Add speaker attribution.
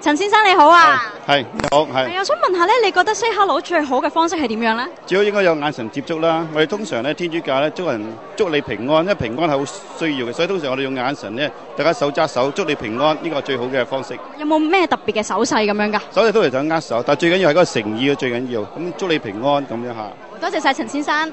Speaker 1: 陳先生你好
Speaker 2: Ờ,
Speaker 1: 啊！
Speaker 2: 係你好，係
Speaker 1: 係啊，想問下咧，你覺得 say hello 最好嘅方式係點樣咧？
Speaker 2: 最好應該有眼神接觸啦。我哋通常咧天主教咧祝人祝你平安，因為平安係好需要嘅，所以通常我哋用眼神咧，大家手揸手祝你平安，呢個係最好嘅方式。
Speaker 1: 有冇咩特別嘅手勢咁樣㗎？
Speaker 2: 所以通常就握手，但最緊要係嗰個誠意嘅最緊要。咁祝你平安咁樣嚇。
Speaker 1: 多謝晒陳先生。